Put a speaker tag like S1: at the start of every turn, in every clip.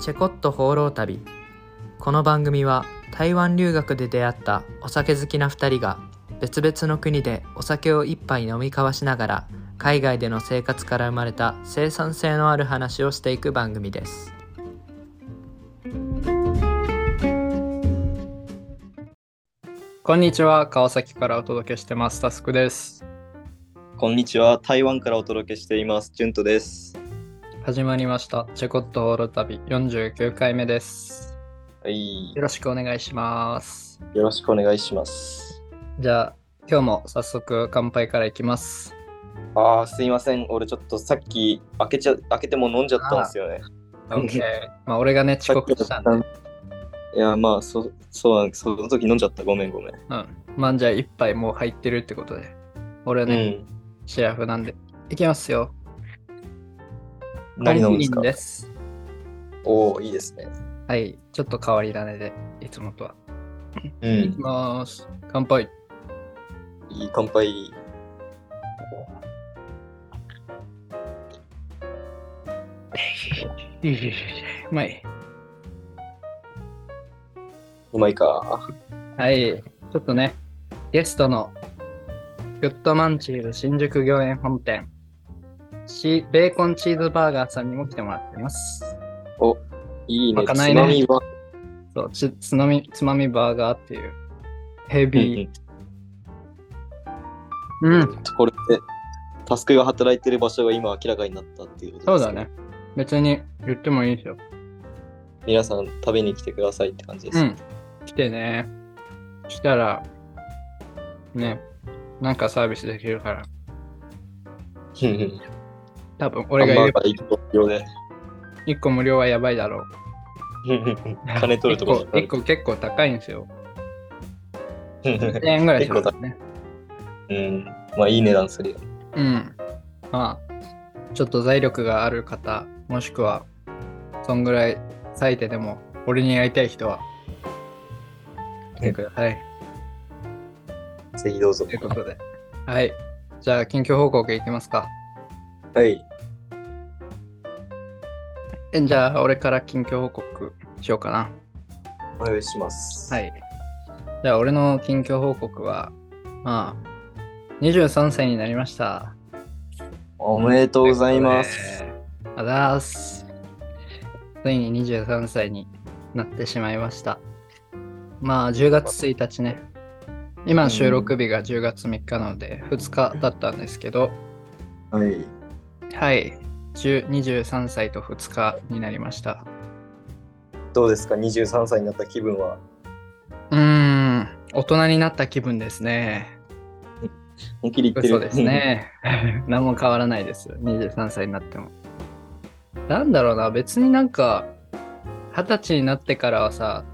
S1: チェコット放浪旅この番組は台湾留学で出会ったお酒好きな2人が別々の国でお酒を一杯飲み交わしながら海外での生活から生まれた生産性のある話をしていく番組ですこんにちは川崎からお届けしてますタスクです
S2: こんにちは。台湾からお届けしています。ジュントです。
S1: 始まりましたチェコット放浪旅49回目です
S2: はい。
S1: よろしくお願いします
S2: よろしくお願いします。
S1: じゃあ今日も早速乾杯からいきます
S2: ああ、すいません。俺ちょっとさっき開けちゃ開けても飲んじゃったんですよね。
S1: オッケー。まあ、俺がね、遅刻したんで。
S2: いや、まあ、そそうなんその時飲んじゃった。ごめん、ごめん。
S1: うん。まあ、じゃあ、一杯もう入ってるってことで。俺は
S2: う
S1: ね、
S2: ん。
S1: シェアフなんで。いきますよ。
S2: 何飲むんです
S1: カリー
S2: か
S1: ニンです。
S2: おお、いいですね。
S1: はい。ちょっと変わり種で、いつもとは。
S2: う
S1: いき
S2: ん。
S1: まーす。乾 杯。
S2: いい乾杯。
S1: うまい。
S2: うまいか。
S1: はい。ちょっとね、ゲストのグッドマンチーズ新宿御苑本店、シベーコンチーズバーガーさんにも来てもらってます。
S2: いいね。
S1: まかないね
S2: つまみは。
S1: そう、ちつまみ、つまみバーガーっていう、ヘ
S2: うんう
S1: ビー
S2: ん。。
S1: うん。
S2: これで、タスクが働いてる場所が今明らかになったっていうことです
S1: そうだね。。別に言ってもいいですよ。
S2: 皆さん食べに来てくださいって感じです。
S1: うん。来てね。したら、ね、なんかサービスできるから。
S2: うん。
S1: 多分
S2: これ
S1: 俺
S2: が
S1: が
S2: ハ
S1: 言
S2: ン
S1: えば
S2: バーガー一個無料で。
S1: 1個無料はやばいだろう。
S2: 金取るとこ
S1: 1個一個結構高いんですよ。
S2: うん
S1: 1000円ぐらいするからね。
S2: うん。 まあいい値段するよ。
S1: うん。まあ、ちょっと財力がある方、もしくは、そんぐらい割いてでも、俺にやりたい人は、来てください。
S2: ぜひどうぞ
S1: ということで。はい。じゃあ、近況報告いきますか。
S2: はい。
S1: えじゃあ、俺から近況報告しようかな。
S2: お願いします。
S1: はい。じゃあ、俺の近況報告は、まあ、23歳になりました。
S2: おめでとうございます。
S1: ということで。あざーす。ついに23歳になってしまいました。まあ、10月1日ね。今、収録日が10月3日なので、2日だったんですけど、
S2: はい。
S1: はい。10 23歳と2日になりました。
S2: どうですか ?23 歳になった気分は。
S1: うーん、大人になった気分ですね。
S2: 本気で言ってる。
S1: そうです。ね。何も変わらないです。23歳になっても。なんだろうな、別になんか、二十歳になってからはさ、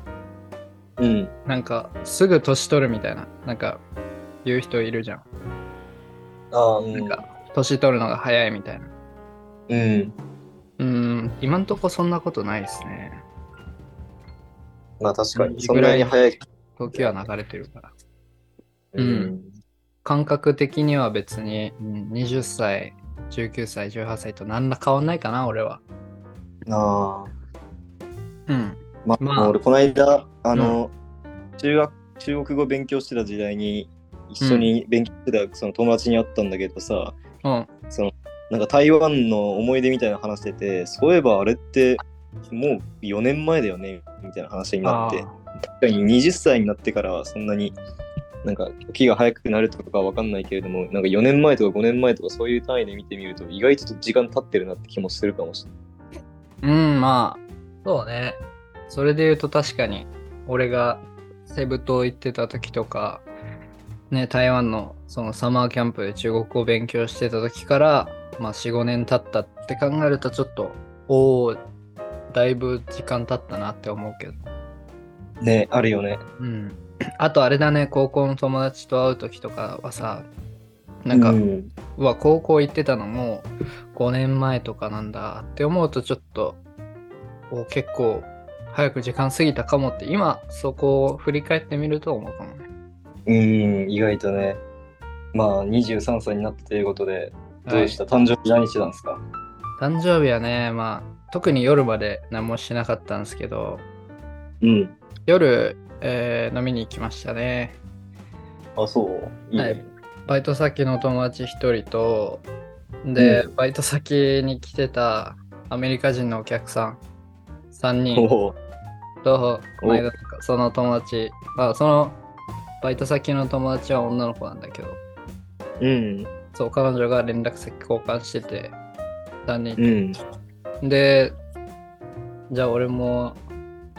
S2: うん。
S1: なんか、すぐ年取るみたいな、なんか、言う人いるじゃん。
S2: ああ、うん。
S1: なんか、年取るのが早いみたいな。
S2: うん。
S1: うーん、今んとこそんなことないですね。
S2: まあ確かに、
S1: いい
S2: そ
S1: ぐ
S2: ん
S1: ら
S2: ないに早い。
S1: 時は流れてるから。
S2: う
S1: うんん。感覚的には別に、うん、20歳、19歳、18歳と何ら変わんないかな、俺は。
S2: ああ。
S1: うん。
S2: ま
S1: ま
S2: あ、
S1: あ
S2: 俺、この間、あの、中学、中国語勉強してた時代に、一緒に勉強してたその友達に会ったんだけどさ、
S1: うん。
S2: なんか台湾の思い出みたいな話してて、そういえばあれってもう4年前だよねみたいな話になって
S1: あ、
S2: 確かに20歳になってからはそんなになんか時が早くなるとかわかんないけれども、なんか4年前とか5年前とかそういう単位で見てみると意外と時間経ってるなって気もするかもしれ
S1: うん、まあ、そうね。それで言うと確かに、俺がセブ島行ってた時とか、ね、台湾のそのサマーキャンプで中国語を勉強してた時から、まあ4、5年経ったって考えるとちょっと、おお、だいぶ時間経ったなって思うけど。
S2: ない。ね、あるよね。
S1: うん。あとあれだね、高校の友達と会う時とかはさ、なんか、
S2: う
S1: うんわ、高校行ってたのも5年前とかなんだって思うとちょっと、お結構早く時間過ぎたかもって、今そこを振り返ってみると思うかもね。
S2: うん、意外とね。まあ23歳になったということで、どうでした、誕生日何してたんですか
S1: 誕生日はね、まあ、特に夜まで何もしなかったんですけど、
S2: うん。
S1: 夜、えー飲みに行きましたね。
S2: あ、そう。いいね
S1: はいバイト先の友達一人と、で、バイト先に来てたアメリカ人のお客さん3人
S2: おお。
S1: と、
S2: お
S1: この間その友達、あ、そのバイト先の友達は女の子なんだけど、
S2: うん。
S1: そう、彼女が連絡先交換してて、3人
S2: うん。
S1: で、じゃあ俺も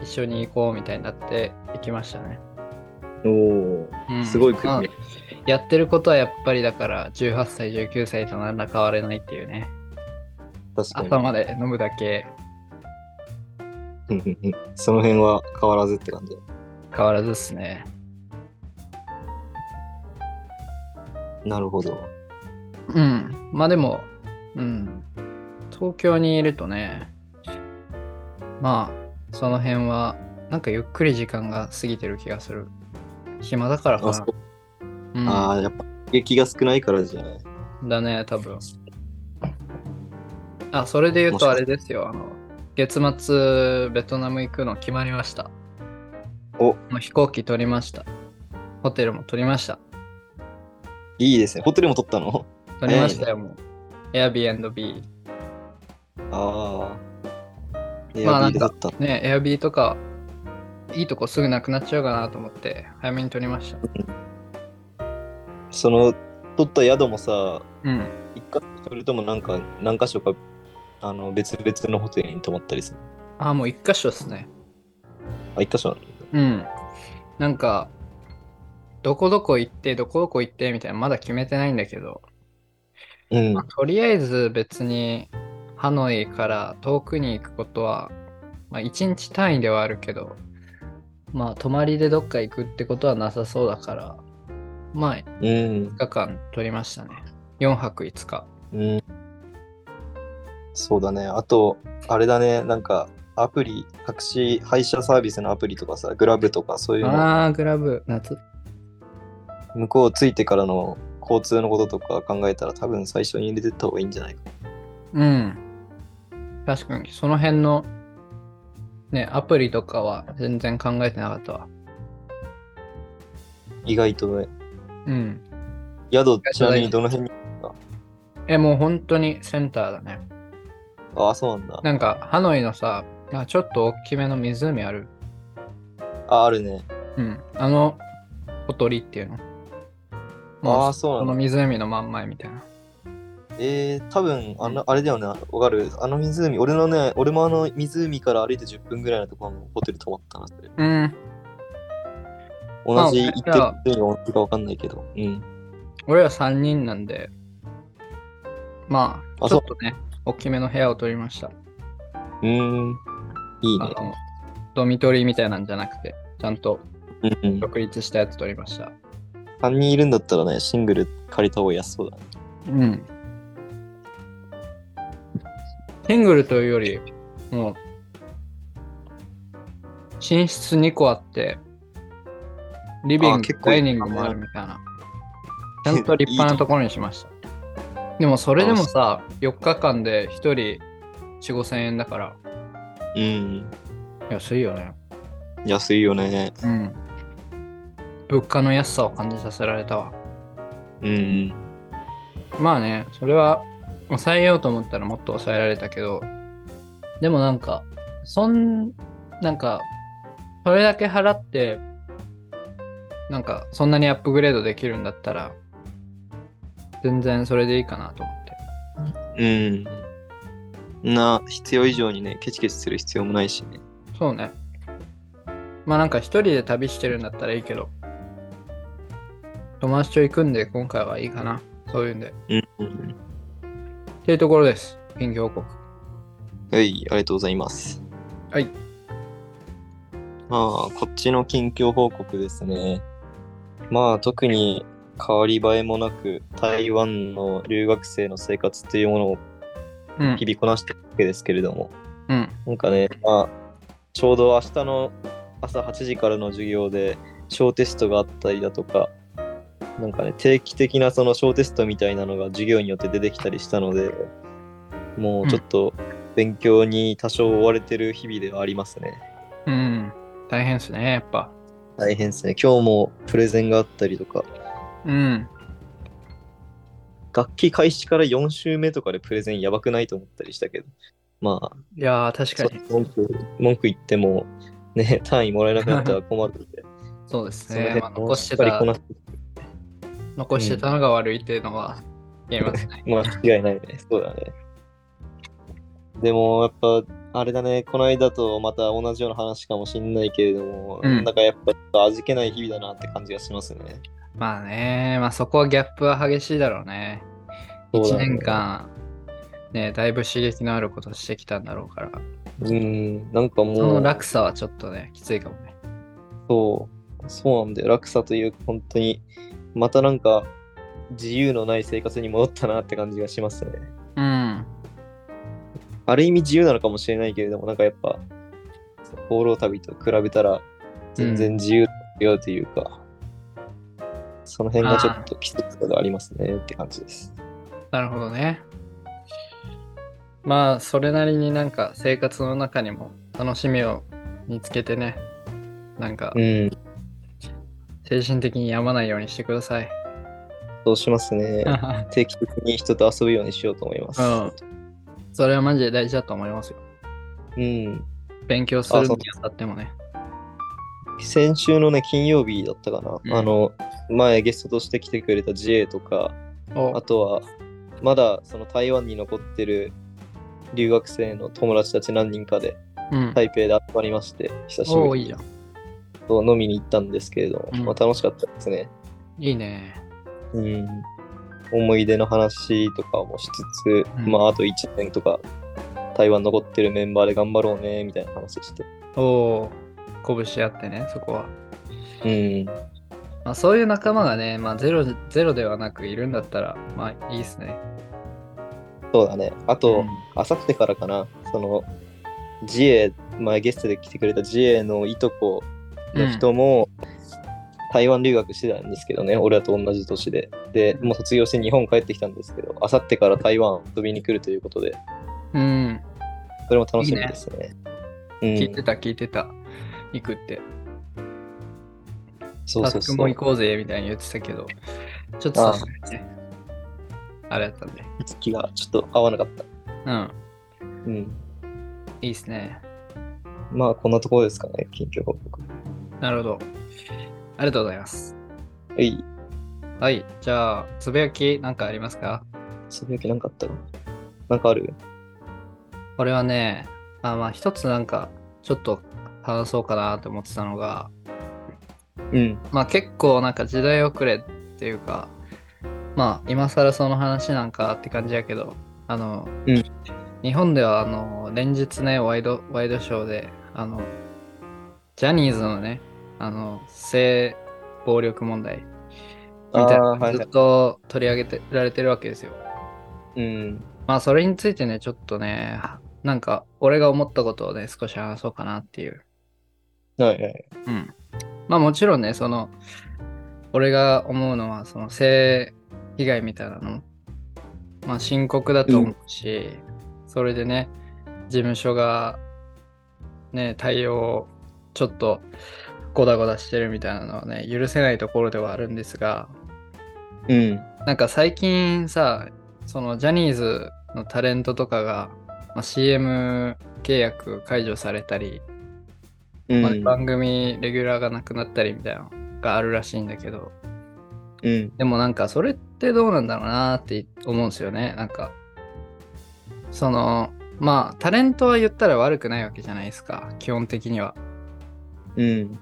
S1: 一緒に行こうみたいになって行きましたね。
S2: おお。
S1: うん
S2: すごい組
S1: まあ
S2: み、
S1: やってることはやっぱりだから18歳、19歳と何ら変われないっていうね。
S2: 確
S1: 朝
S2: か
S1: まで飲むだけ
S2: に。うんうんうん その辺は変わらずって感じ。
S1: 変わらずですね。
S2: なるほど。
S1: うん。まあでも、うん。東京にいるとね、まあ、その辺は、なんかゆっくり時間が過ぎてる気がする。暇だからか
S2: あ、そ
S1: な
S2: う。
S1: うん、
S2: あーやっぱ、刺激が少ないからじゃない。
S1: だね、多分。あ、それで言うとあれですよ。あの、月末、ベトナム行くの決まりました。
S2: お
S1: もう飛行機取りました。ホテルも取りました。
S2: いいですね。ホテルも取った の
S1: 取りましたよ、もう。Airbnb。
S2: ああ。
S1: まあなんか
S2: Airbnb だった。
S1: ね、Airb とか、いいとこすぐなくなっちゃうかなと思って、早めに取りました。
S2: その、取った宿もさ、
S1: うん。
S2: 一箇所それともなんか、何箇所か、あの、別々のホテルに泊まったりする。
S1: あ、もう一箇所ですね。
S2: あ、一箇所なんだ。
S1: うん。なんか、どこどこ行って、どこどこ行ってみたいな、まだ決めてないんだけど、
S2: うん
S1: まあ。とりあえず別にハノイから遠くに行くことは、まあ、1日単位ではあるけどまあ泊まりでどっか行くってことはなさそうだからまあ5
S2: うん。
S1: 日間取りましたね4泊5日
S2: うん。そうだね。あと、あれだね。なんか、アプリ、タクシー配車サービスのアプリとかさ、グラブとかそういうの、
S1: あーグラブ夏
S2: 向こう着いてからの交通のこととか考えたら、多分最初に入れてった方がいいんじゃないか。
S1: うん確かにその辺のねアプリとかは全然考えてなかったわ
S2: 意外とね。
S1: うん
S2: 宿、ちなみにどの辺に
S1: えもう本当にセンターだね
S2: ああ、そうなんだ。
S1: なんかハノイのさあちょっと大きめの湖ある
S2: あ、あるね。
S1: うん、あの小鳥っていうの。
S2: あ
S1: も
S2: あ、
S1: う
S2: そう
S1: こ
S2: な
S1: の
S2: んだ。
S1: 湖の真ん前みたいな。
S2: えー、多分あの、あれだよね。わかる。あの湖、俺のね、俺もあの湖から歩いて10分ぐらいのところのホテル泊まったなって。
S1: うん。
S2: 同じ
S1: ま
S2: 行
S1: あ
S2: って
S1: じゃあ
S2: る湖かわかんないけど。うん。
S1: 俺ら3人なんで、まあ、
S2: あ
S1: ち
S2: そ
S1: ょ
S2: う
S1: っとね、大きめの部屋を取りました。
S2: うーん。いい
S1: あ
S2: ね。
S1: の、ドミトリーみたいなんじゃなくて、ちゃんと
S2: うんうん。
S1: 独立したやつ取りました。
S2: 3人いるんだったらね、シングル借りた方が安そうだね。
S1: うん。シングルというより、もう、寝室2個あって、リビ
S2: あ
S1: ング
S2: 結、構
S1: ダ
S2: いい
S1: イニングもあるみたいな。ちゃんと立派なところにしました。でもそれでもさ、4日間で1人4、5千円だから、
S2: うん。
S1: 安いよね。
S2: 安いよね。
S1: うん。物価の安さを感じさせられたわ。
S2: うん。
S1: まあね、それは抑えようと思ったらもっと抑えられたけど、でもなんか、そん、なんか、それだけ払って、なんか、そんなにアップグレードできるんだったら、全然それでいいかなと思って。
S2: うん。な、必要以上にね、ケチケチする必要もないしね。
S1: そうね。まあなんか一人で旅してるんだったらいいけど、友達と行くんで今回はいいかな。そういうんで。っ
S2: うん。
S1: ていうところです。近況報告。
S2: はい、ありがとうございます。
S1: はい。
S2: まあ、こっちの近況報告ですね。まあ、特に変わり映えもなく、台湾の留学生の生活というものを
S1: うん
S2: 日。々こなしていくわけですけれども、
S1: うん。
S2: なんかね、まあ、ちょうど明日の朝8時からの授業で小テストがあったりだとか、なんかね、定期的なその小テストみたいなのが授業によって出てきたりしたので、もうちょっと勉強に多少追われてる日々ではありますね。
S1: うん。大変ですね、やっぱ。
S2: 大変ですね。今日もプレゼンがあったりとか、
S1: うん。
S2: 楽器開始から4週目とかでプレゼンやばくないと思ったりしたけど、まあ、
S1: いやー、確かに。
S2: 文句文句言っても、ね、単位もらえなくなったら困るんで、
S1: そうです
S2: その
S1: ね。まあ、
S2: 辺も
S1: 残して
S2: やっぱり
S1: た
S2: こ、なして
S1: 残してたのが悪いっていうのは、言えますね。
S2: まあ、間 違いないね。そうだね。でも、やっぱ、あれだね、この間とまた同じような話かもしんないけれども、
S1: うん
S2: なんかやっぱ、ちょっと味気ない日々だなって感じがしますね。
S1: まあね、まあそこはギャップは激しいだろうね。
S2: そう
S1: 1
S2: だね
S1: 年間、ね、だいぶ刺激のあることしてきたんだろうから、
S2: うん、なんかもう、
S1: その落差はちょっとね、きついかもね。
S2: そう、そうなんだよ。落差というか、本当に、またなんか、自由のない生活に戻ったなって感じがしますね。
S1: うん。
S2: ある意味自由なのかもしれないけれども、なんかやっぱ、放浪旅と比べたら、全然自由と違うというか、その辺がちょっときつさがありますねって感じです。
S1: なるほどね。まあ、それなりになんか生活の中にも楽しみを見つけてね、なんか
S2: うん、
S1: 精神的に病まないようにしてください。
S2: そうしますね。定期的に人と遊ぶようにしようと思います。
S1: うん。 それはマジで大事だと思いますよ。
S2: うん。
S1: 勉強する
S2: あ
S1: に
S2: そう
S1: あたってもね。
S2: 先週のね、金曜日だったかな。
S1: うん
S2: あの、前ゲストとして来てくれた JA とか、
S1: お
S2: あとは、まだその台湾に残ってる留学生の友達たち何人かで、
S1: うん。
S2: 台北で集まりまして、久しぶり
S1: お
S2: に
S1: いいじゃん。
S2: と飲みに行ったんですけれども、
S1: うん
S2: まあ、楽しかったですね、
S1: いいね。
S2: うん。思い出の話とかもしつつ、
S1: うん
S2: まああと1年とか台湾残ってるメンバーで頑張ろうねみたいな話して、
S1: おお、拳あってね、そこは。
S2: うん、
S1: まあ、そういう仲間がね、まあ、ゼロゼロではなくいるんだったら、まあいいですね。
S2: そうだね。あと、
S1: うん
S2: あさってからかな、その自衛前ゲストで来てくれた自衛のいとこの人も、台湾留学してたんですけどね、俺らと同じ年で。で、もう卒業して日本帰ってきたんですけど、あさってから台湾遊びに来るということで、
S1: うん。
S2: それも楽しみですね。
S1: 聞
S2: う
S1: い
S2: ん
S1: てた、聞いてた。行くって。
S2: そうそう
S1: タスク
S2: そ
S1: も
S2: う
S1: 行。こうぜ、みたいに言ってたけど、ちょっとさすがにね。あれだったんで。
S2: 気がちょっと合わなかった。
S1: うん。
S2: うん。
S1: いいですね。
S2: まあ、こんなところですかね、近況報告。
S1: なるほど。ありがとうございます。
S2: はい。
S1: はい。じゃあ、つぶやきなんかありますか
S2: つぶやきなんかあったのなんかある
S1: これはね、あまあ一つなんか、ちょっと話そうかなと思ってたのが、
S2: うん。
S1: まあ結構なんか時代遅れっていうかまあ今更その話なんかって感じやけどあの、
S2: うん
S1: 日本ではあの連日ねワイドワイドショーであのジャニーズのねあの性暴力問題みたいな
S2: あーはいは
S1: の
S2: い
S1: ずっと取り上げてられてるわけですよ。
S2: うん。
S1: まあそれについてねちょっとねなんか俺が思ったことをね少し話そうかなっていう
S2: はいはい。
S1: うん。まあもちろんね、その、俺が思うのは、その性被害みたいなの、まあ深刻だと思うし、それでね、事務所が、ね、対応をちょっとゴダゴダしてるみたいなのはね、許せないところではあるんですが、
S2: うん。
S1: なんか最近さ、そのジャニーズのタレントとかが、まあ、CM 契約解除されたり、
S2: うん。
S1: まあ番組レギュラーがなくなったりみたいなのがあるらしいんだけど
S2: うん。
S1: でもなんかそれってどうなんだろうなって思うんですよねなんかそのまあタレントは言ったら悪くないわけじゃないですか基本的には
S2: うん。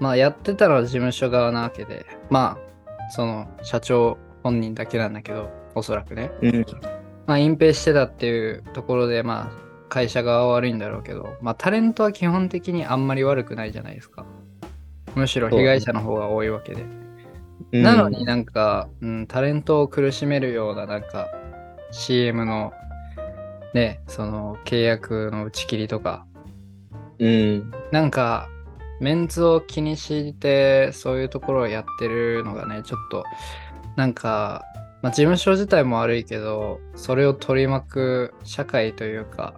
S1: まあやってたのは事務所側なわけでまあその社長本人だけなんだけどおそらくね
S2: うん。
S1: まあ隠蔽してたっていうところでまあ会社側は悪いんだろうけどまあタレントは基本的にあんまり悪くないじゃないですかむしろ被害者の方が多いわけで
S2: うん
S1: なのになんか、うん、タレントを苦しめるようななんか CM のねその契約の打ち切りとか
S2: うん。
S1: なんかメンツを気にしてそういうところをやってるのがねちょっとなんかまあ、事務所自体も悪いけど、それを取り巻く社会というか、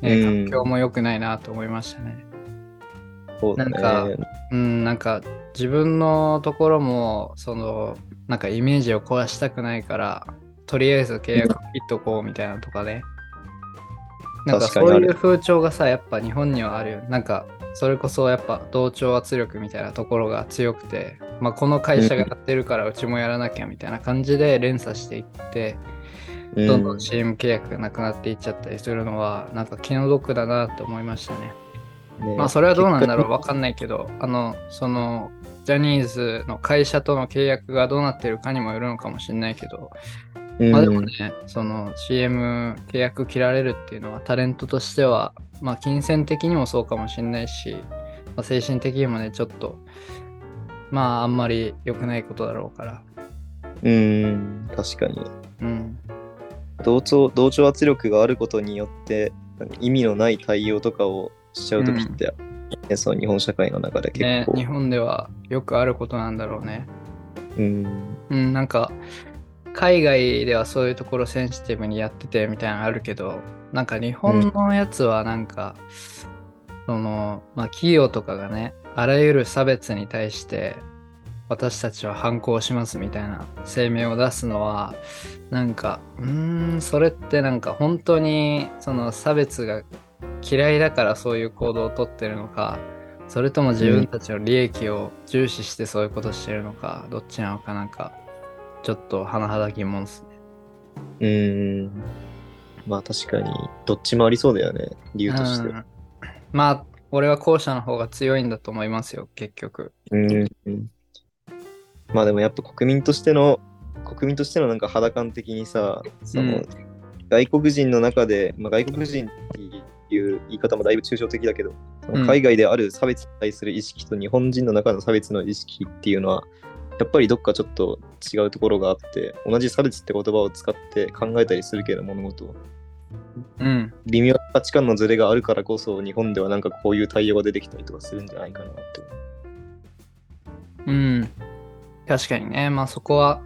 S1: ね、
S2: うん
S1: 環境も良くないなと思いましたね。
S2: そうだ
S1: な
S2: ね。
S1: うん、なんか自分のところも、その、なんかイメージを壊したくないから、とりあえず契約切っとこうみたいなとかね。なんか
S2: 確か
S1: そ
S2: にあ
S1: う
S2: る
S1: いう風潮がさ、やっぱ日本にはあるよね。なんか、それこそやっぱ同調圧力みたいなところが強くて、まあ、この会社がやってるからうちもやらなきゃみたいな感じで連鎖していって、
S2: うん
S1: どんどん CM 契約がなくなっていっちゃったりするのは、なんか気の毒だなと思いましたね。
S2: ね
S1: まあそれはどうなんだろうわかんないけど、あの、その、ジャニーズの会社との契約がどうなってるかにもよるのかもしれないけど、
S2: うん
S1: まあでもね、その CM 契約切られるっていうのはタレントとしては、まあ金銭的にもそうかもしれないし、まあ、精神的にもね、ちょっと、まああんまり良くないことだろうから、
S2: うん、確かに。
S1: うん、
S2: 同調同調圧力があることによって意味のない対応とかをしちゃうときって、ねその日本社会の中で
S1: ね
S2: 結構、
S1: 日本ではよくあることなんだろうね。
S2: うん
S1: うん、なんか海外ではそういうところセンシティブにやっててみたいなのあるけどなんか日本のやつはなんか、そのまあ企業とかがねあらゆる差別に対して私たちは反抗しますみたいな声明を出すのはなんかうーんそれってなんか本当にその差別が嫌いだからそういう行動をとってるのかそれとも自分たちの利益を重視してそういうことしてるのか、どっちなのかなんかちょっと甚だ疑問ですね。
S2: うんまあ確かにどっちもありそうだよね理由として
S1: うんまあ俺は後者の方が強いんだと思いますよ結局。
S2: うん、まあでもやっぱ国民としての国民としてのなんか肌感的にさその、
S1: うん
S2: 外国人の中で、まあ、外国人っていう言い方もだいぶ抽象的だけどその
S1: うん
S2: 海外である差別に対する意識と日本人の中の差別の意識っていうのはやっぱりどっかちょっと違うところがあって同じ差別って言葉を使って考えたりするけど物事を
S1: うん
S2: 微妙な価値観のズレがあるからこそ日本ではなんかこういう対応が出てきたりとかするんじゃないかなって
S1: うん確かにねまあそこは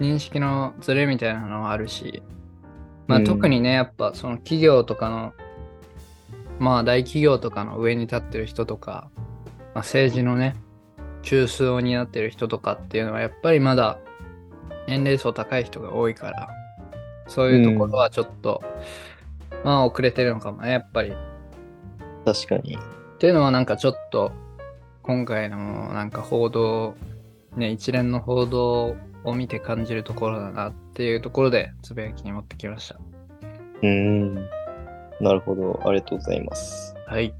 S1: 認識のズレみたいなのはあるし、まあ、
S2: うん
S1: 特にね、やっぱその企業とかのまあ大企業とかの上に立ってる人とか、まあ、政治のね中枢を担ってる人とかっていうのはやっぱりまだ年齢層高い人が多いからそういうところはちょっと、まあ遅れてるのかもねやっぱり
S2: 確かに
S1: っていうのはなんかちょっと今回のなんか報道ね一連の報道を見て感じるところだなっていうところでつぶやきに持ってきました
S2: うーんなるほどありがとうございます
S1: はい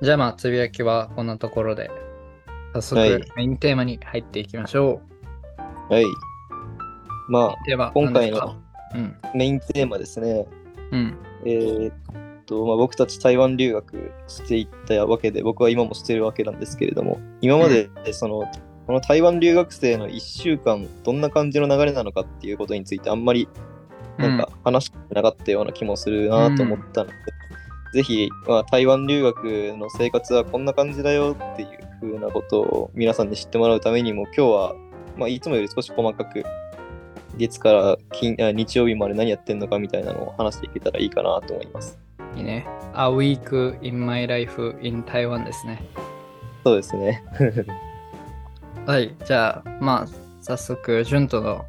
S1: じゃあまあつぶやきはこんなところで早
S2: は
S1: 速
S2: い
S1: メインテーマに入っていきましょ
S2: はいま
S1: う、では
S2: 今
S1: 何
S2: 回の
S1: ですか
S2: あメインテーマですね
S1: うんうん
S2: えーっとまあ、僕たち台湾留学していったわけで僕は今もしてるわけなんですけれども今までその、この台湾留学生の1週間どんな感じの流れなのかっていうことについてあんまりなんか話してなかったような気もするなと思ったので、ぜひ、まあ、台湾留学の生活はこんな感じだよっていう風なことを皆さんに知ってもらうためにも今日は、まあ、いつもより少し細かく月から金あ日曜日まで何やってんのかみたいなのを話していけたらいいかなと思います。
S1: うんいいね A week in my life in Taiwan ですね
S2: そうですね。
S1: はい、じゃあ、まあ、早速、順との、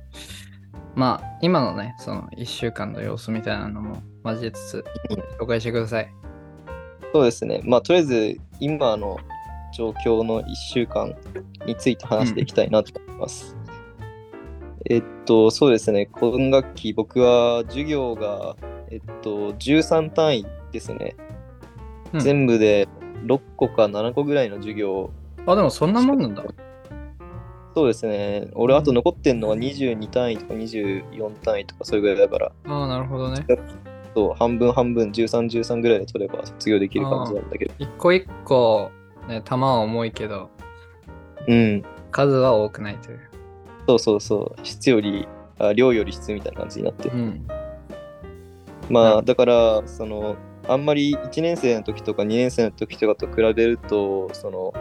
S1: まあ、今のね、その1週間の様子みたいなのも交えつつ
S2: うん、
S1: 紹介してください。
S2: そうですね。まあとりあえず今の状況の1週間について話していきたいなと思います。えっとそうですね。今学期僕は授業がえっと13単位ですね。
S1: うん
S2: 全部で6個か7個ぐらいの授業を
S1: あ、でもそんなもんなんだ。
S2: そうですね。俺あと残ってんのは22単位とか24単位とかそれぐらいだから、
S1: ああ、なるほどね。
S2: そう半分半分13、13ぐらいで取れば卒業できる感じなんだけど。
S1: 一個一個、ね、球は重いけど、
S2: うん。
S1: 数は多くないという。
S2: そうそうそう。質より、あ量より質みたいな感じになって。
S1: うん。
S2: ま
S1: う
S2: あ、だから、その、あんまり1年生の時とか2年生の時とかと比べると、その、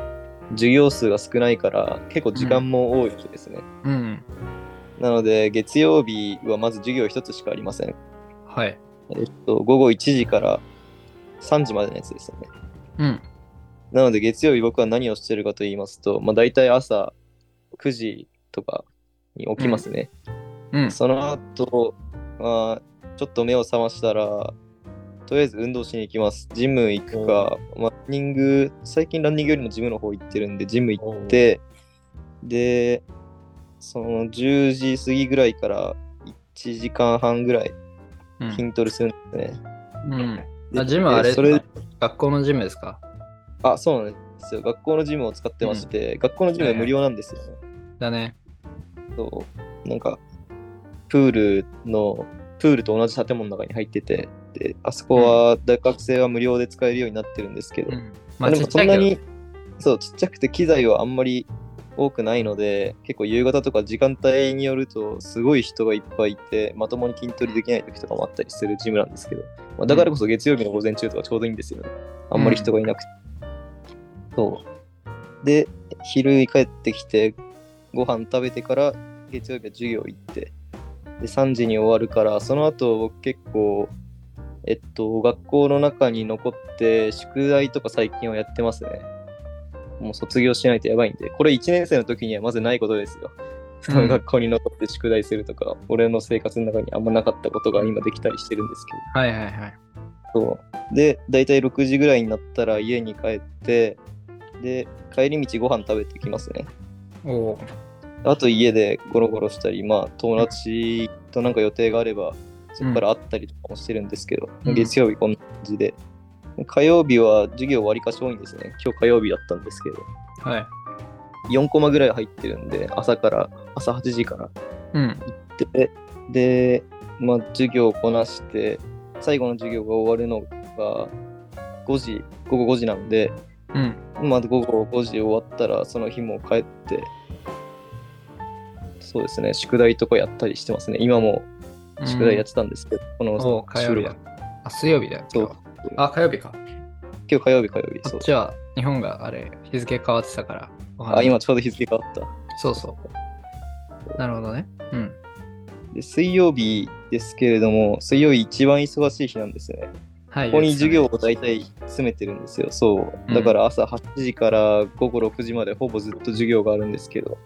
S2: 授業数が少ないから、結構時間も多いですね。
S1: うん。
S2: なので、月曜日はまず授業一つしかありません。
S1: はい。
S2: えっと、午後1時から3時までのやつですよね。
S1: うん。
S2: なので、月曜日僕は何をしてるかと言いますと、まあ、大体朝9時とかに起きますね。
S1: うん。
S2: その後、まあ、ちょっと目を覚ましたら、とりあえず運動しに行きます。ジム行くか、まあ、ランニング、最近ランニングよりもジムの方行ってるんで、ジム行って、で、その10時過ぎぐらいから1時間半ぐらい
S1: うん。
S2: 筋トレするんですね。
S1: うん、
S2: で
S1: あジムはあれ
S2: でそれ
S1: 学校のジムですか
S2: あ、そうなんですよ。学校のジムを使ってまして、学校のジムは無料なんですよね。
S1: だね。
S2: そうなんか、プールの、プールと同じ建物の中に入ってて、で、あそこは大学生は無料で使えるようになってるんですけど、
S1: うん。
S2: ま
S1: まあ、
S2: あで
S1: ち
S2: も
S1: っち
S2: そ
S1: ゃ
S2: ん
S1: い
S2: な
S1: けど
S2: に、そう、ちっちゃくて機材はあんまり多くないので、結構夕方とか時間帯によると、すごい人がいっぱいいて、まともに筋トレできない時とかもあったりするジムなんですけど、まあ、だからこそ月曜日の午前中とかちょうどいいんですよね。あんまり人がいなくて。そう。で、昼に帰ってきて、ご飯食べてから、月曜日は授業行って、で、3時に終わるから、その後僕結構、えっと、学校の中に残って、宿題とか最近はやってますね。もう卒業しないとやばいんで、これ1年生の時にはまずないことですよ。
S1: うん
S2: 学校に残って宿題するとか、俺の生活の中にあんまなかったことが今できたりしてるんですけど。
S1: はいはいはい。
S2: そう。で、大体6時ぐらいになったら家に帰って、で、帰り道ご飯食べてきますね。
S1: おお。
S2: あと家でゴロゴロしたり、まあ友達となんか予定があれば、そこから会ったりとかもしてるんですけど、
S1: うん
S2: 月曜日こんな感じで。火曜日は授業割かし多いんですね。今日火曜日だったんですけど、
S1: はい。
S2: 4コマぐらい入ってるんで、朝から、朝8時から
S1: うん。
S2: でで、まあ、授業をこなして最後の授業が終わるのが5時午後5時なんで、
S1: うん。
S2: まあ、午後5時終わったらその日も帰ってそうですね宿題とかやったりしてますね今も宿題やってたんですけど、
S1: おお、
S2: この
S1: 火曜日
S2: 週
S1: だ。あ、水曜日だよ。
S2: そう
S1: 今日あ、火曜日か。
S2: 今日火曜日火曜日
S1: あ
S2: そう
S1: じゃあ、日本があれ、日付変わってたから。わかんな
S2: あ
S1: い。
S2: 今ちょうど日付変わった
S1: そうそう。なるほどね。うん。
S2: で水曜日ですけれども水曜日一番忙しい日なんですね
S1: はい。
S2: ここに授業
S1: を。
S2: を大体詰めてるんですよ。そう。
S1: うん
S2: だから朝8時から午後6時までほぼずっと授業があるんですけど、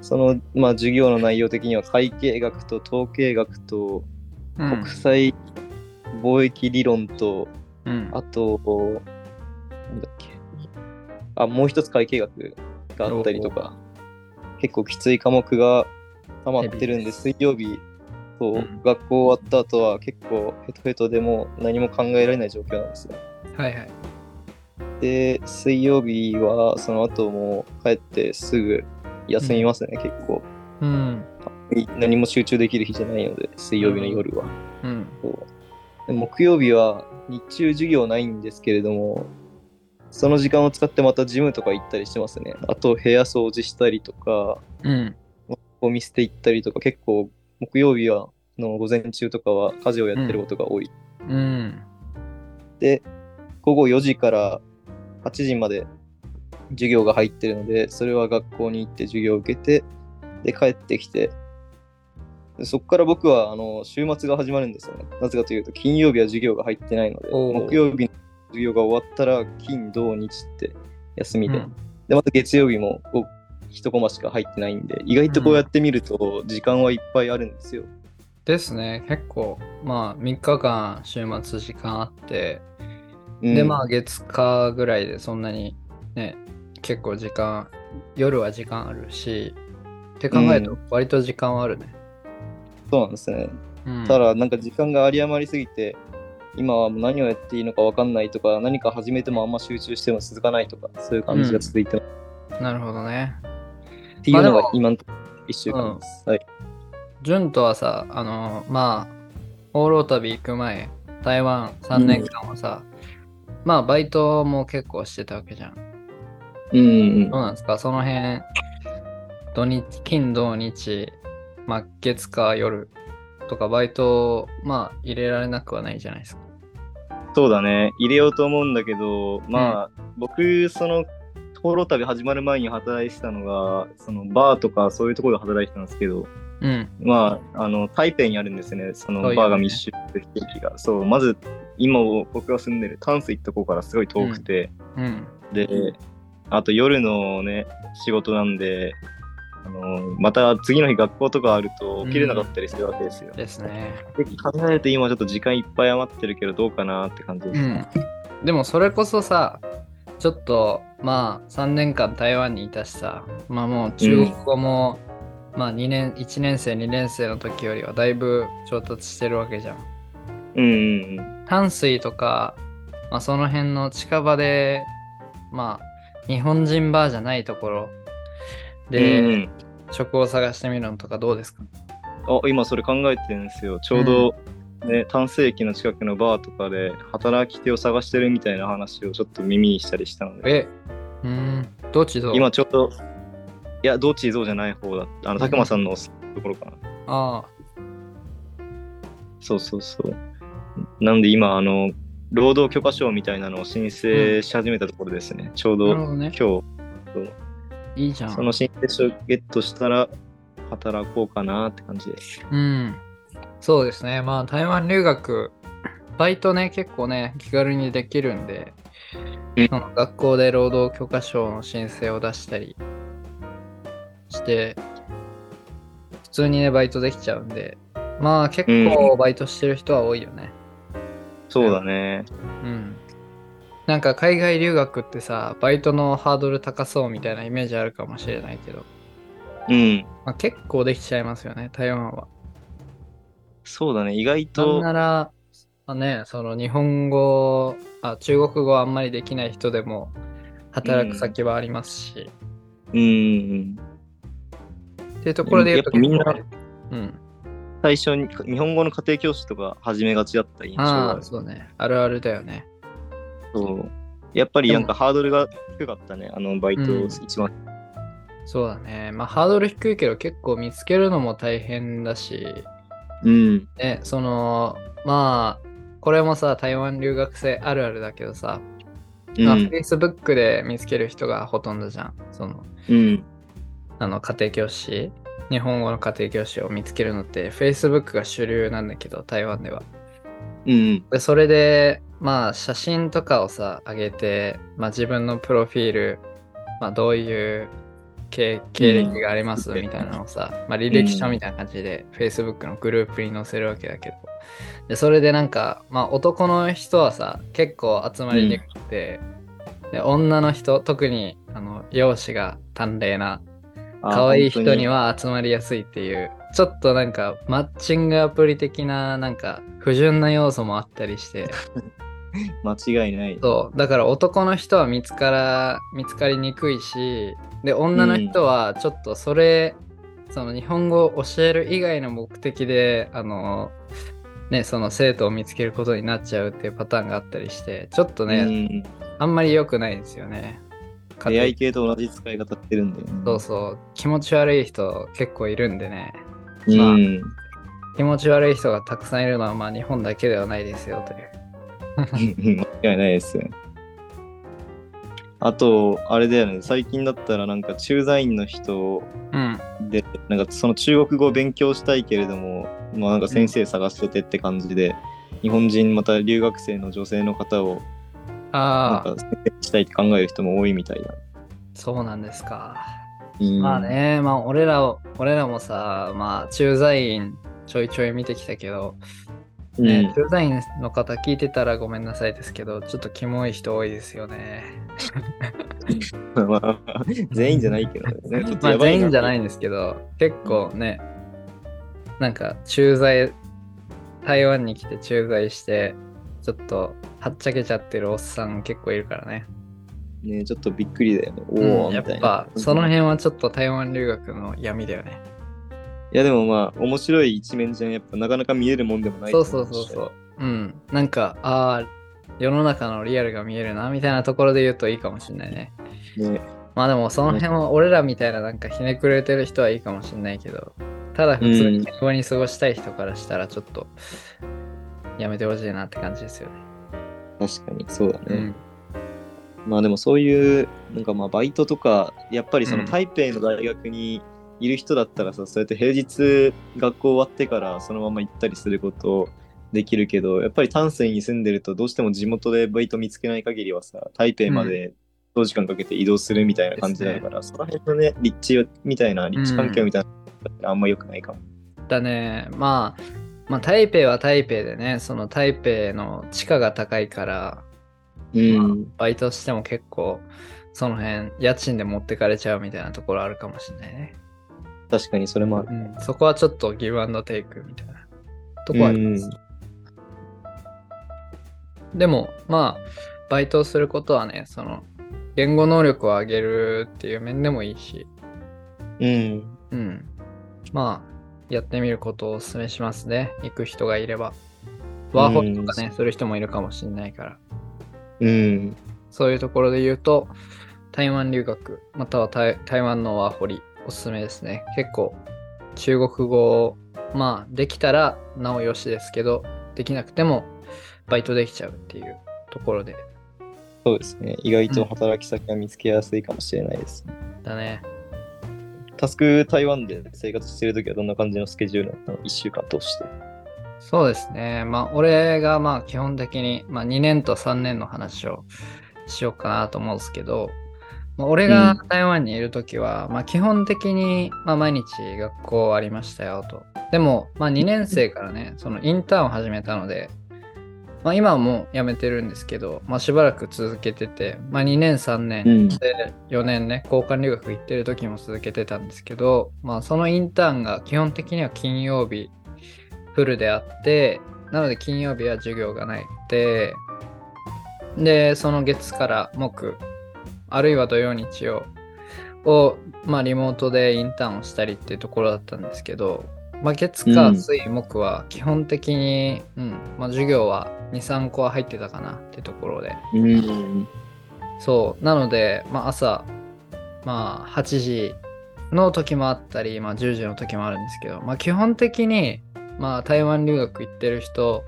S2: その、まあ、授業の内容的には会計学と統計学と
S1: うん
S2: 国。際貿易理論と、
S1: うん
S2: あと、なんだっけ。あ、もう一つ会計学があったりとか、結構きつい科目が溜まってるんで、水曜日、そう、
S1: うん
S2: 学校終わった後は結構ヘトヘトでもう何も考えられない状況なんですよ。
S1: はいはい。
S2: で、水曜日はその後もう帰ってすぐ休みますね、結構。
S1: うん。
S2: 何も集中できる日じゃないので、水曜日の夜は。
S1: うん。
S2: で木曜日は日中授業ないんですけれども、その時間を使ってまたジムとか行ったりしてますね。あと部屋掃除したりとか、
S1: うん。
S2: ゴミ捨て行ったりとか、結構木曜日はの午前中とかは家事をやってることが多い。
S1: うん。
S2: で、午後4時から8時まで授業が入ってるので、それは学校に行って授業を受けて、で、帰ってきて、でそこから僕はあの週末が始まるんですよね。なぜかというと、金曜日は授業が入ってないので、
S1: おー
S2: 木曜日の授業が終わったら、金、土、日って休みで、
S1: うん
S2: で、また月曜日もご一コマしか入ってないんで、意外とこうやって見ると、時間はいっぱいあるんですよ。
S1: ですね。結構、まあ、3日間、週末時間あって、
S2: うん
S1: で、まあ、月火ぐらいでそんなにね、結構時間、夜は時間あるし、って考える
S2: う
S1: と、割と時間はあるね。
S2: そうなんですね。
S1: うん。
S2: ただなんか時間が有り余りすぎて今はもう何をやっていいのか分かんないとか何か始めてもあんま集中しても続かないとかそういう感じが続いてます、
S1: なるほどね。
S2: っていうの
S1: まあで
S2: が
S1: も
S2: 今のところ1週間です、はい、
S1: 潤とはさ、あの、まあ、放浪旅行く前、台湾3年間はさ、まあ、バイトも結構してたわけじゃん。
S2: うん
S1: どうなんですかその辺、土日、金土日、まあ、月か夜とかバイト、まあ、入れられなくはないじゃないですか。
S2: そうだね入れようと思うんだけど
S1: ま
S2: あ、僕その灯籠旅始まる前に働いてたのがそのバーとかそういうところで働いてたんですけど
S1: うん。
S2: まあ、あの台北にあるんですね、その
S1: そういうね
S2: バーガー密集地域が。そう、まず今僕が住んでる淡水ってとこからすごい遠くて、
S1: うん。
S2: で、あと夜のね、仕事なんで、あのまた次の日学校とかあると起きれなかったりするわけですよ。
S1: ですね。
S2: で考えると今ちょっと時間いっぱい余ってるけどどうかなって感じで
S1: う
S2: す。
S1: ん。でもそれこそさ、ちょっとまあ3年間台湾にいたしさ、まあもう中国語も、まあ2年、1年生、2年生の時よりはだいぶ上達してるわけじゃん。
S2: うんうんうん。
S1: 淡水とか、まあ、その辺の近場で、まあ、日本人バーじゃないところで、
S2: うんうん
S1: 職を探してみるのとかどうですか
S2: あ今それ考えてるんですよちょうど、ね淡水駅の近くのバーとかで働き手を探してるみたいな話をちょっと耳にしたりしたので
S1: えうーんどっちどう
S2: 今ちょうどいやどっちぞうじゃない方だあの
S1: うん
S2: たくまさんのところかな、
S1: ああ
S2: そうそうそうなんで今あの労働許可証みたいなのを申請し始めたところですね、ちょう
S1: な
S2: ど
S1: るほどね
S2: 今日
S1: いいじゃん
S2: その申請書をゲットしたら働こうかなって感じです
S1: うんそうですねまあ台湾留学バイトね結構ね気軽にできるんで
S2: うん
S1: その学校で労働許可証の申請を出したりして普通にねバイトできちゃうんでまあ結構バイトしてる人は多いよね
S2: そうだね
S1: うんなんか海外留学ってさバイトのハードル高そうみたいなイメージあるかもしれないけど、
S2: うん
S1: まあ、結構できちゃいますよね台湾は
S2: そうだね意外
S1: なん
S2: と
S1: なら、まあね、その日本語あ、中国語あんまりできない人でも働く先はありますし、
S2: うんうん
S1: っていうところで言うと、
S2: やっぱみんな
S1: 結構ね、うん、
S2: 最初に日本語の家庭教師とか始めがちだった印象があ
S1: あ
S2: る
S1: あ、そうね、あるあるだよね。
S2: そうやっぱりなん
S1: で
S2: かハードルが低かったねあのバイ
S1: うん
S2: ト一番
S1: そうだね、まあハードル低いけど結構見つけるのも大変だし、
S2: うん
S1: ね、その、まあ、これもさ、台湾留学生あるあるだけどさ、
S2: う
S1: まあ、
S2: ん
S1: Facebook で見つける人がほとんどじゃん。その
S2: うん
S1: あの家庭教師日本語の家庭教師を見つけるのって Facebook が主流なんだけど台湾では
S2: うん
S1: でそれでまあ写真とかをさ上げて、まあ、自分のプロフィール、まあ、どういう経経歴があります
S2: うん
S1: みたいなのをさ、まあ、履歴書みたいな感じで Facebook のグループに載せるわけだけどでそれでなんか、まあ、男の人はさ結構集まりにくくて、で女の人特にあの容姿が端麗な
S2: あ
S1: 可愛い人に
S2: 本
S1: は集まりやすいっていうちょっとなんかマッチングアプリ的ななんか不純な要素もあったりして
S2: 当に間違いない
S1: そうだから男の人は見つから見つかりにくいしで女の人はちょっとそれ、その日本語を教える以外の目的であのねその生徒を見つけることになっちゃうっていうパターンがあったりしてちょっとね、
S2: うん
S1: あんまり良くないですよね。
S2: 出会い系と同じ使い方してるんだよね
S1: そうそう気持ち悪い人結構いるんでねまあ
S2: うん
S1: 気持ち悪い人がたくさんいるのはまあ日本だけではないですよという。
S2: 間違いないですよあとあれだよね最近だったらなんか駐在員の人
S1: うん。
S2: でなんかその中国語を勉強したいけれども、まあ、なんか先生探しててって感じで、日本人また留学生の女性の方をなん
S1: ああ、
S2: か先生にしたいって考える人も多いみたいだ、
S1: そうなんですか。
S2: うん
S1: まあね、まあ俺らを、俺らもさ、まあ駐在員ちょいちょい見てきたけど、
S2: うん
S1: ね駐在員の方聞いてたらごめんなさいですけど、ちょっとキモい人多いですよね。
S2: まあ全員じゃないけどねちょっと
S1: まあ
S2: やば
S1: 全員じゃないいんですけど、結構ね、なんか駐在、台湾に来て駐在して、ちょっとはっちゃけちゃってるおっさん結構いるからね。
S2: ねちょっとびっくりだよねおお、
S1: うんや
S2: み
S1: った
S2: いな
S1: ぱその辺はちょっと台湾留学の闇だよね。
S2: いやでもまあ面白い一面じゃんやっぱなかなか見えるもんでもない
S1: そうそうそうそうう。うん。なんか、ああ、世の中のリアルが見えるなみたいなところで言うといいかもしれないね。
S2: ね
S1: まあでもその辺は俺らみたいななんかひねくれてる人はいいかもしれないけど、ただ普通に平和に過ごしたい人からしたらちょっとやめてほしいなって感じですよね。
S2: 確かにそうだね、
S1: うん。
S2: まあでもそういうなんかまあバイトとかやっぱりその
S1: うん
S2: 台北の大学に
S3: いる人だったらさそうやって平日学校終わってからそのまま行ったりすることできるけどやっぱり丹西に住んでるとどうしても地元でバイト見つけない限りはさ台北まで長時間かけて移動するみたいな感じだから、その辺のね立地みたいな立地環境みたいなのあんま良くないかも。
S1: だね、まあ、まあ台北は台北でねその台北の地価が高いから、
S3: うん
S1: まあバイトしても結構その辺家賃で持ってかれちゃうみたいなところあるかもしれないね、
S2: 確かにそれもある。
S1: うん、そこはちょっとギブアンドテイクみたいなとこはあります、でもまあバイトをすることはねその言語能力を上げるっていう面でもいいし
S2: うん。
S1: うん。まあ、やってみることをお勧めしますね。行く人がいれば。ワーホリとかね、する人もいるかもしれないから。
S2: うん。
S1: そういうところで言うと、台湾留学、または台台湾のワーホリ、おすすめですね。結構、中国語、まあ、できたらなおよしですけど、できなくても、バイトできちゃうっていうところで、
S2: そうですね。意外と働き先が見つけやすいかもしれないです。
S1: だね。
S2: タスク台湾で生活してるときはどんな感じのスケジュールだったの ?1 週間通して。
S1: そうですね。まあ、俺がまあ基本的に、まあ、2年と3年の話をしようかなと思うんですけど、まあ、俺が台湾にいるときは、まあ、基本的に、まあ、毎日学校ありましたよと。でも、まあ、2年生からね、そのインターンを始めたので、まあ、今はもう辞めてるんですけど、まあ、しばらく続けてて、まあ、2年、3年、
S3: うん
S1: で4年ね交換留学行ってる時も続けてたんですけど、まあ、そのインターンが基本的には金曜日フルであってなので金曜日は授業がないってでその月から木あるいは土曜日曜を、まあ、リモートでインターンをしたりっていうところだったんですけど、まあ、月
S3: う
S1: 火
S3: ん
S1: 水木は基本的に、うんまあ、授業は23個は入ってたかなってところで
S3: うん
S1: そう。なので、まあ、朝、まあ、8時の時もあったり、まあ、10時の時もあるんですけど、まあ、基本的に、まあ、台湾留学行ってる人、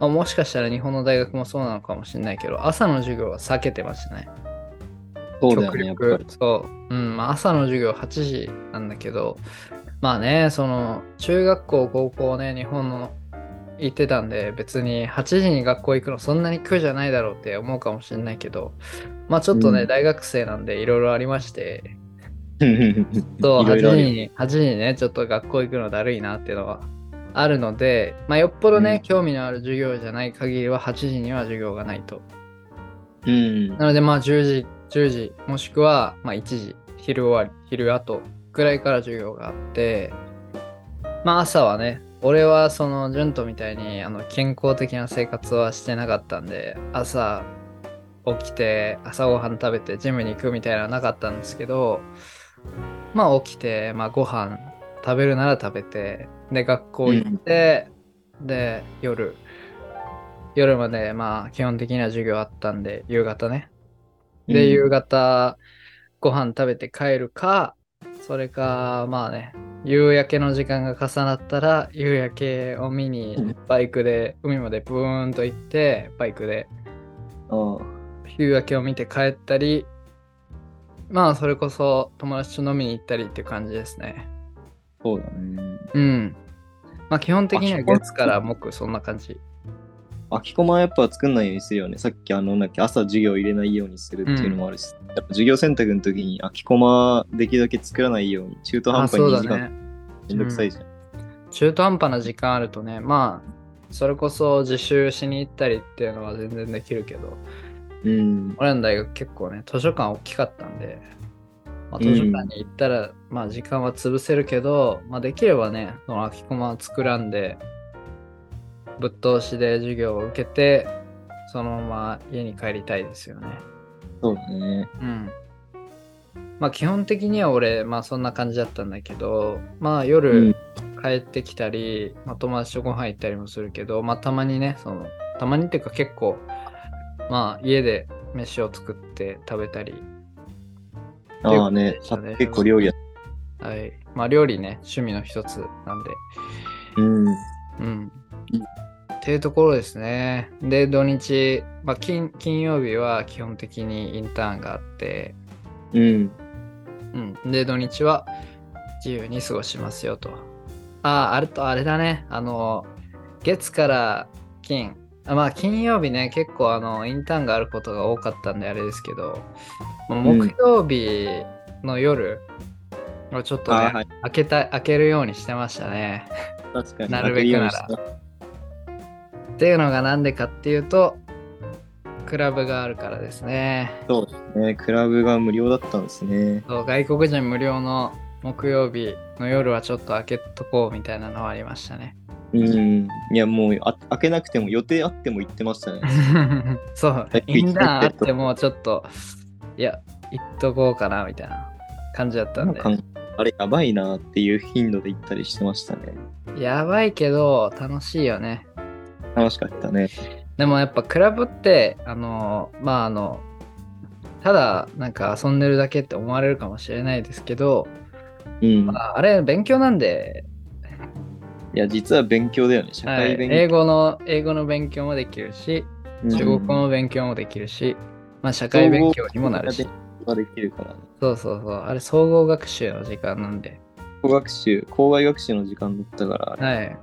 S1: まあ、もしかしたら日本の大学もそうなのかもしれないけど、朝の授業は避けてましたね。
S2: そうだよ
S1: 極
S2: ね、やっ
S1: 力
S2: ぱり。
S1: そう、うんまあ、朝の授業8時なんだけどまあねその中学校高校ね日本の行ってたんで別に8時に学校行くのそんなに苦じゃないだろうって思うかもしれないけどまあちょっとね、
S3: うん
S1: 大学生なんでいろいろありましてそ
S3: い
S1: う、
S3: ろい
S1: 8
S3: ろあ
S1: 時
S3: るよ
S1: に、8時にね、ちょっと学校行くのだるいなっていうのはあるので、まあ、よっぽどね、
S3: うん
S1: 興味のある授業じゃない限りは、8時には授業がないと。
S3: うん
S1: なので、まあ、10時、10時、もしくは、まあ、1時、昼終わり、昼後ぐらいから授業があって、まあ、朝はね、俺は、その、純斗みたいに、あの、健康的な生活はしてなかったんで、朝、起きて、朝ごはん食べて、ジムに行くみたいなのはなかったんですけど、まあ、起きて、まあ、ご飯食べるなら食べて、で、学校行って、で、夜、夜まで、まあ、基本的には授業あったんで、夕方ね。で、夕方、ご飯食べて帰るか、それか、まあね、夕焼けの時間が重なったら、夕焼けを見に、バイクで、海までブーンと行って、バイクで
S3: あ
S1: 夕焼けを見て帰ったり、まあ、それこそ友達と飲みに行ったりっていう感じですね。
S3: そうだね。
S1: うん。まあ、基本的には
S3: あ基本
S1: 月から木、そんな感じ。
S3: 空きコマはやっぱ作んないようにするよね。さっきあの、なんだっけ朝授業入れないようにするっていうのもあるし、やっぱ授業選択の時に空きコマできるだけ作らないように、中途半
S1: あ、
S3: 端に
S1: そう
S3: 2
S1: だ
S3: 時間
S1: ね。
S3: めんどくさいじゃん。
S1: 中途半端な時間あるとねまあそれこそ自習しに行ったりっていうのは全然できるけど
S3: うん。
S1: 俺らの大学結構ね図書館大きかったんで、まあ、図書館に行ったら、まあ時間は潰せるけど、まあ、できればねその空きコマを作らんでぶっ通しで授業を受けてそのまま家に帰りたいですよね。
S3: そうだね。
S1: うん。まあ基本的には俺、まあそんな感じだったんだけど、まあ夜帰ってきたり、まあ友達とご飯行ったりもするけど、まあたまにね、その、たまにっていうか結構、まあ家で飯を作って食べたり、
S3: ああね、
S1: そうだね
S3: 結構料理や。
S1: はい。まあ料理ね、趣味の一つなんで、
S3: うん。
S1: うん。
S3: うん
S1: っていうところですね。で、土日、まあ金金曜日は基本的にインターンがあって、
S3: うん。
S1: うん、で土日は自由に過ごしますよと。ああ、あれとあれだね。あの、月から金。あまあ、金曜日ね、結構あの、インターンがあることが多かったんであれですけど、まあ木曜日の夜、をちょっとね、
S3: あはい
S1: 開けた、開けるようにしてましたね。
S3: 確かに。
S1: なるべくなら
S3: 開けるようにし
S1: っていうのがなんでかっていうと、クラブがあるからですね。
S3: たそうですね。クラブが無料だったんですね。
S1: そう外国人無料の木曜日の夜はちょっと開けとこうみたいなのはありましたね。
S3: うん。いや、もうあ開けなくても予定あっても行ってましたね。
S1: そう
S3: はい、
S1: インダーあってもちょっと、いや、行っとこうかなみたいな感じだったんで。
S3: なんかあれ、やばいなっていう頻度で行ったりしてましたね。
S1: やばいけど、楽しいよね。
S3: 楽しかったね。
S1: でもやっぱクラブって、あの、まああの、ただなんか遊んでるだけって思われるかもしれないですけど、
S3: うん。
S1: まあ、あれ勉強なんで、
S3: いや、実は勉強だよね。社
S1: はい
S3: 会勉強。
S1: 英語の、英語の勉強もできるし、
S3: うん
S1: 中国語の勉強もできるし、まあ、社会勉強にもなるし
S3: 総合、的な勉強ができるからね。
S1: そうそうそう、あれ総合学習の時間なんで、
S3: 校学習、校外学習の時間だったから、
S1: はい。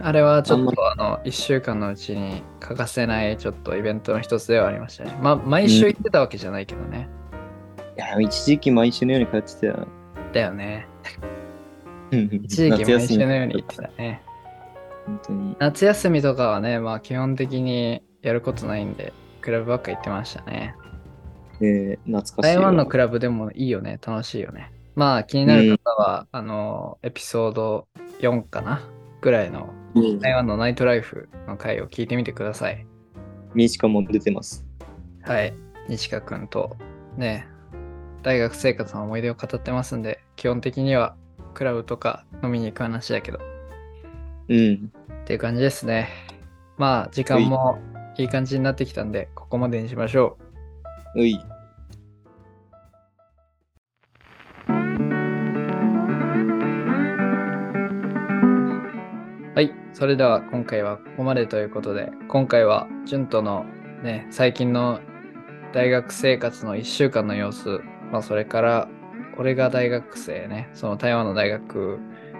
S1: あれはちょ
S3: あん
S1: っ
S3: ま
S1: とあの1週間のうちに欠かせないちょっとイベントの一つではありましたね。まあ毎週行ってたわけじゃないけどね。
S3: いや、一時期毎週のように通ってたよ。
S1: だよね。一
S3: 一
S1: 時期毎週の ように行ってたね。
S3: 本当に。
S1: 夏休みとかはね、まあ基本的にやることないんで、クラブばっか行ってましたね。
S3: えー、懐かしいわ。
S1: 台湾のクラブでもいいよね、楽しいよね。まあ気になる方は、あの、エピソード4かなぐらいの
S3: うん
S1: 台湾のナイトライフの回を聞いてみてください。
S3: ミチカも出てます。
S1: はい。西川くんとね、大学生活の思い出を語ってますんで、基本的にはクラブとか飲みに行く話だけど、
S3: うん。
S1: っていう感じですね。まあ時間もいい感じになってきたんで、ここまでにしましょう。
S3: う い。
S1: はい、それでは今回はここまでということで、今回はジュンとのね、最近の大学生活の1週間の様子、まあそれから、俺が大学生ね、その台湾の大学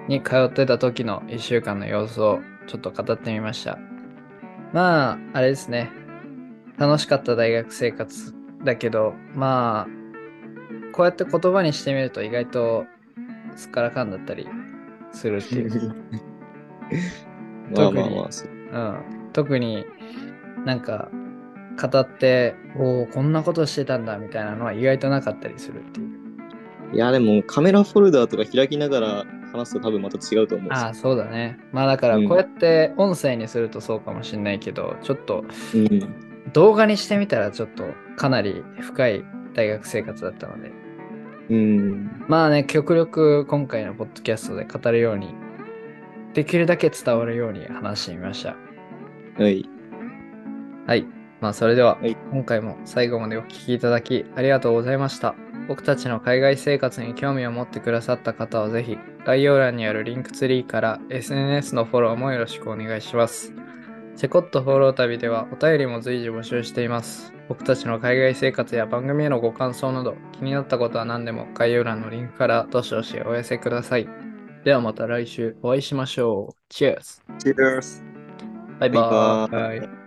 S1: に通ってた時の1週間の様子をちょっと語ってみました。まあ、あれですね、楽しかった大学生活だけど、まあ、こうやって言葉にしてみると意外とすっからかんだったりするっていう。
S3: まあまあまあ、そう
S1: うん、特になんか語っておおこんなことしてたんだみたいなのは意外となかったりするっていう
S3: いや、でもカメラフォルダーとか開きながら話すと多分また違うと思うんです
S1: ああそうだねまあだから
S3: うん
S1: こうやって音声にするとそうかもしれないけど、ちょっと
S3: よ
S1: 動画にしてみたらちょっとかなり深い大学生活だったので
S3: うん。うん。
S1: まあね極力今回のポッドキャストで語るようにできるだけ伝わるように話してみました
S3: はい。
S1: はい。まあ、それでは、
S3: はい
S1: 今回も最後までお聞きいただきありがとうございました。僕たちの海外生活に興味を持ってくださった方はぜひ、概要欄にあるリンクツリーから SNS のフォローもよろしくお願いします。チェコットフォロー旅ではお便りも随時募集しています。僕たちの海外生活や番組へのご感想など気になったことは何でも概要欄のリンクからどしどしお寄せください。ではまた来週お会いしましょう。チェアス
S3: チェース
S1: バイバ
S3: バイ
S1: イ
S3: バイ